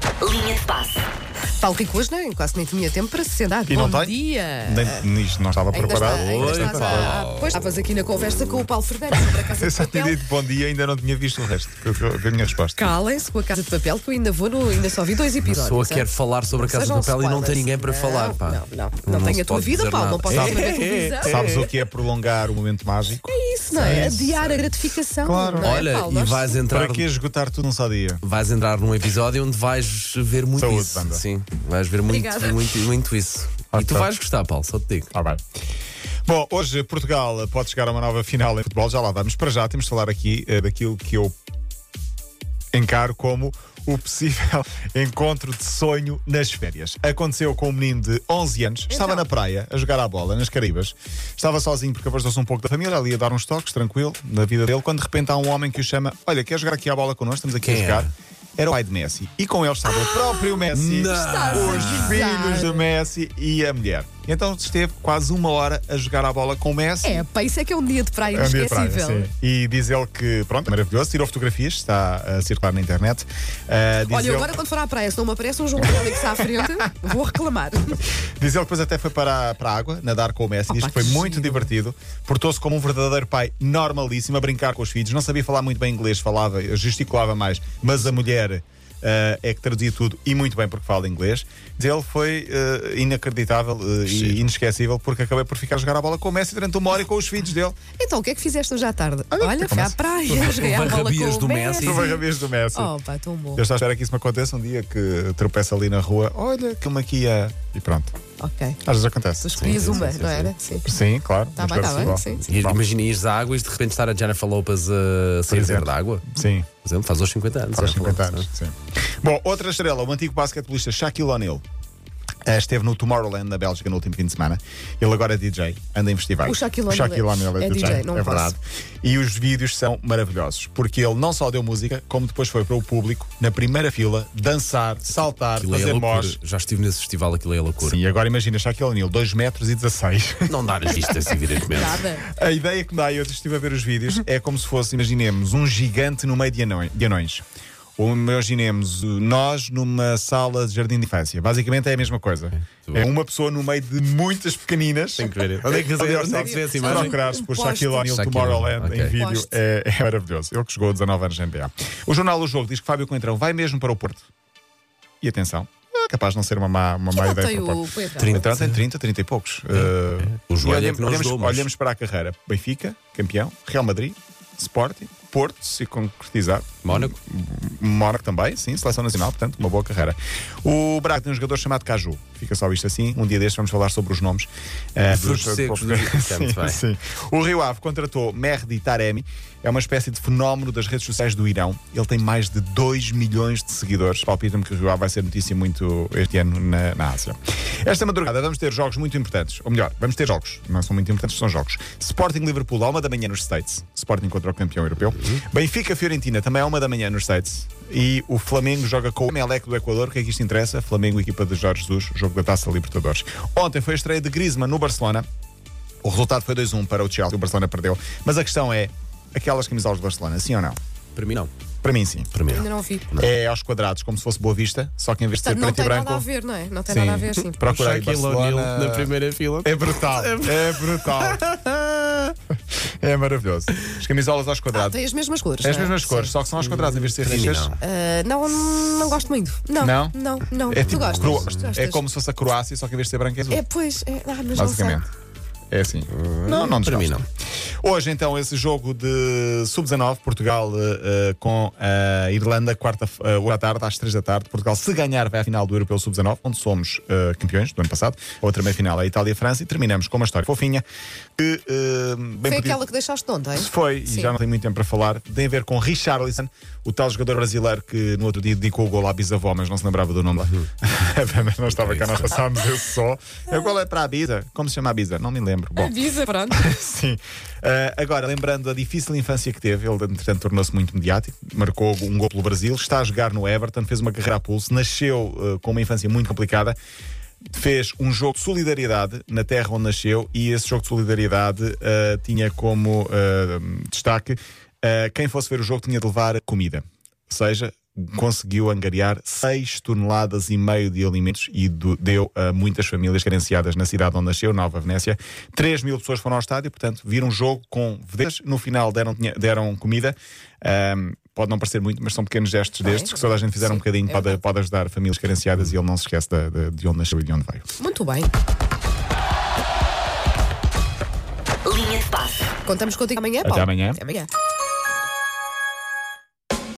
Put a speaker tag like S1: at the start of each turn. S1: se passa.
S2: Paulo Rico hoje nem, é? quase nem tinha tempo para se sentar.
S3: E não
S2: Bom
S3: tem?
S2: dia.
S3: Nem, isto não estava
S2: É. Ainda
S3: preparado.
S2: está- ainda
S3: Oi,
S2: estás
S3: pá.
S2: a-
S4: Ah,
S2: a- pois, estavas aqui na conversa com o Paulo Fernandes sobre a Casa
S3: Eu
S2: de
S3: só tinha
S2: Papel.
S3: dito bom dia e ainda não tinha visto o resto que- que- da minha resposta.
S2: Calem-se com a Casa de Papel, que eu ainda vou no, ainda só vi dois episódios.
S4: pessoa
S2: hein?
S4: quer falar sobre a Casa de
S2: Sejam
S4: Papel e
S2: é
S4: não tem
S2: spoilers.
S4: ninguém para
S2: Não,
S4: falar, pá.
S2: Não, não. Não,
S4: Não
S2: tem
S4: se
S2: a tua
S4: pode
S2: vida,
S4: dizer
S2: Paulo. Não
S4: nada.
S2: posso
S4: É,
S2: é, ver a televisão.
S3: Sabes o que é prolongar o momento mágico?
S2: É isso, não é? Adiar a gratificação.
S3: Claro.
S2: não é,
S4: Olha,
S2: Paulo?
S4: e
S2: Nós-
S4: vais entrar,
S3: Para que esgotar tudo num só dia?
S4: vais entrar num episódio onde vais ver muito
S3: Saúde,
S4: isso.
S3: banda.
S4: Sim, vais ver muito,
S2: Obrigada.
S4: muito, muito isso.
S3: Ah,
S4: e tu
S3: tá.
S4: vais gostar, Paulo, só te digo.
S3: Ah, bem. Bom, hoje Portugal eh, pode chegar a uma nova final em futebol, já lá vamos. Para já temos de falar aqui eh, daquilo que eu encaro como o possível encontro de sonho nas férias. Aconteceu com um menino de 11 anos, estava na praia a jogar à bola, nas Caribas. Estava sozinho porque afastou-se um pouco da família, ali a dar uns toques, tranquilo, na vida dele, quando de repente há um homem que o chama: Olha, quer jogar aqui à bola connosco? Estamos aqui
S4: Quem
S3: a jogar.
S4: era?
S3: Era o pai de Messi. E com ele estava o próprio Messi,
S4: não. Estás
S2: a
S3: os
S2: gozar.
S3: filhos do Messi e a mulher. Então esteve quase uma hora a jogar à bola com o Messi.
S2: É, pá, isso é que é um dia de praia
S3: É um dia de praia,
S2: inesquecível.
S3: sim. E diz ele que, pronto, é maravilhoso, tirou fotografias, está a circular na internet. Ah, diz,
S2: Olha, eu
S3: ele,
S2: agora quando for à praia, se não me aparece um João Félix à frente, vou reclamar.
S3: diz ele que depois até foi para, a- para a água nadar com o Messi, diz
S2: Opa,
S3: que foi
S2: que
S3: muito
S2: giro.
S3: divertido, portou-se como um verdadeiro pai normalíssimo, a brincar com os filhos, não sabia falar muito bem inglês, falava, gesticulava mais, mas a mulher. ah, é que traduzia tudo e muito bem porque fala inglês. Diz ele foi ah, inacreditável ah, e inesquecível porque acabei por ficar a jogar a bola com o Messi durante uma hora e com os filhos dele.
S2: Então, o que é que fizeste hoje à tarde? Olha, fui à
S3: começa.
S2: praia, joguei à bola
S4: Barrabias
S2: com o
S4: do Messi.
S2: Messi.
S4: Sim.
S3: Foi a vez do Messi.
S2: Oh, pá, tão bom.
S3: Eu estou à espera que isso me aconteça um dia que tropeça ali na rua. Olha, que maquia. E pronto.
S2: Ok.
S3: Às vezes acontece.
S2: Tu escolhias uma, não era? Sim.
S3: Sim, claro.
S2: Tá
S3: Muito
S2: bem, tá bem,
S3: possível.
S2: sim, sim.
S4: E Imagina ires à água e de repente estar a Jennifer Lopez a sair
S3: exemplo.
S4: verde da água.
S3: Sim,
S4: Por exemplo, faz os 50 anos.
S3: faz
S4: Jennifer
S3: 50
S4: Lopez, é?
S3: anos. Sim. Bom, outra estrela, o antigo basquetebolista Shaquille O'Neal. eh, Esteve no Tomorrowland na Bélgica no último fim de semana. Ele agora é DJ, anda em festivais.
S2: O Shaquille O'Neal
S3: O'Neal
S2: é DJ, não
S3: é
S2: posso.
S3: verdade. E os vídeos são maravilhosos, porque ele não só deu música, como depois foi para o público, na primeira fila, dançar, saltar,
S4: Aquilo é
S3: fazer
S4: loucura.
S3: mos.
S4: Já estive nesse festival, aquilo é loucura.
S3: Sim, agora imagina Shaquille O'Neal, 2 metros e 16.
S4: Não dá vistas, evidentemente.
S2: Nada.
S3: A ideia que me dá, eu estive a ver os vídeos, é como se fosse, imaginemos, um gigante no meio de anões. De anões. Ou imaginemos uh, nós numa sala de jardim de infância. Basicamente é a mesma coisa.
S4: bom.
S3: É uma pessoa no meio de muitas pequeninas.
S4: Tem que ver. Onde é que-
S3: Aliás,
S4: onde é que se vê essa
S3: se
S4: imagem?
S3: procurares por
S2: Um
S3: Shaquille
S2: poste.
S3: O'Neal
S4: Shaquille
S3: Tomorrowland
S4: O'Neal,
S3: em
S4: ok.
S3: vídeo
S2: Poste.
S3: é, é maravilhoso. Ele que jogou 19 anos na NBA. O jornal O Jogo diz que Fábio Coentrão vai mesmo para o Porto. E atenção, é capaz de não ser uma má, uma má
S2: idade
S3: ideia
S2: tem
S3: para o
S2: o
S3: Porto.
S2: Coentrão?
S3: 30, Coentrão tem 30, 30 e poucos. Uh,
S4: É, O joelho
S3: e
S4: é que não
S3: olhamos,
S4: ajudou, mas-
S3: olhamos para a carreira. Benfica, campeão. Real Madrid, Sporting, Porto, se concretizar.
S4: Mónaco.
S3: Mónaco também, sim. Seleção Nacional, portanto, uma boa carreira. O Braga tem um jogador chamado Caju. Fica só isto assim. Um dia deste vamos falar sobre os nomes. eh,
S4: frutos secos do dia.
S3: sim,
S4: Muito bem.
S3: sim. O Rio Ave contratou Mehdi Taremi. É uma espécie de fenómeno das redes sociais do Irão. Ele tem mais de 2 milhões de seguidores. Palpita-me que o Rio Ave vai ser notícia muito este ano na, na Ásia. Esta madrugada vamos ter jogos muito importantes. Ou melhor, vamos ter jogos. Não são muito importantes, são jogos. Sporting Liverpool, à uma da manhã nos States. Sporting contra o campeão europeu. Benfica Fiorentina, também à uma da manhã nos States. E o Flamengo joga com o Melec do Equador. O que é que isto interessa? Flamengo, equipa de Jorge Jesus, jogo da Taça Libertadores. Ontem foi a estreia de Griezmann no Barcelona. O resultado foi 2-1 para o Chelsea, o Barcelona perdeu. Mas a questão é, aquelas camisolas do Barcelona, sim ou não?
S4: Para mim, não.
S3: Para mim, sim.
S4: Para mim, não.
S2: Ainda não vi.
S3: É aos quadrados, como se fosse Boa Vista, só que em vez de ser
S2: Portanto, não
S3: preto e
S2: tem
S3: branco...
S2: nada a ver, não é? Não tem
S3: Sim.
S2: nada a ver, sim.
S3: Procurei Barcelona...
S4: primeira fila.
S3: É brutal, é brutal. é maravilhoso. As camisolas aos
S2: Ah,
S3: quadrados.
S2: tem as mesmas cores.
S3: É as
S2: não é?
S3: mesmas cores, só que são aos quadrados em vez de ser rixas.
S4: não.
S2: Ah, não, não gosto muito. Não.
S3: Não?
S2: Não, não.
S3: É
S2: tu
S3: tipo
S2: gostas?
S3: cro-
S2: Tu gostas?
S3: É como se fosse a Croácia, só que em vez de ser branco é azul.
S2: É, pois. É, ah, mas não sei.
S3: basicamente. É assim. Não, não
S4: Para mim,
S3: desgosto. Hoje, então, esse jogo de sub-19, Portugal eh, eh, com a Irlanda, quarta eh, hora da tarde, às três da tarde. Portugal, se ganhar, vai à final do Europeu sub-19, onde somos eh, campeões do ano passado. Outra meia-final é a Itália-França. E terminamos com uma história fofinha que eh, bem
S2: Foi
S3: podia-
S2: aquela que deixaste ontem.
S3: se foi, e
S2: Sim.
S3: já não tem muito tempo para falar, tem a ver com Richarlison, o tal jogador brasileiro que no outro dia dedicou o gol à bisavó, mas não se lembrava do nome. não estava cá, nós passámos esse só. O gol é para a Bisa. Como se chama a Bisa? Não me lembro. Bom,
S2: Avisa, pronto.
S3: sim. Ah, agora, lembrando a difícil infância que teve, ele, entretanto, tornou-se muito mediático, marcou um gol pelo Brasil, está a jogar no Everton, fez uma carreira a pulso, nasceu ah, com uma infância muito complicada. Fez um jogo de solidariedade na terra onde nasceu, e esse jogo de solidariedade ah, tinha eh, como ah, destaque: ah, quem fosse ver o jogo tinha de levar comida. Ou seja, conseguiu angariar 6 toneladas e meio de alimentos e do- deu a muitas famílias carenciadas na cidade onde nasceu, Nova Venécia. 3 mil pessoas foram ao estádio, portanto, viram um jogo com vedetas. No final deram, dinhe- deram comida. Ahm, pode não parecer muito, mas são pequenos gestos destes que se toda a gente fizer um bocadinho pode, pode ajudar famílias carenciadas e ele não se esquece da- da- de onde nasceu e de onde veio.
S2: Muito bem.
S1: Linha de passe.
S2: Contamos contigo amanhã,
S3: Até
S2: Paulo.
S3: amanhã.
S2: Até amanhã.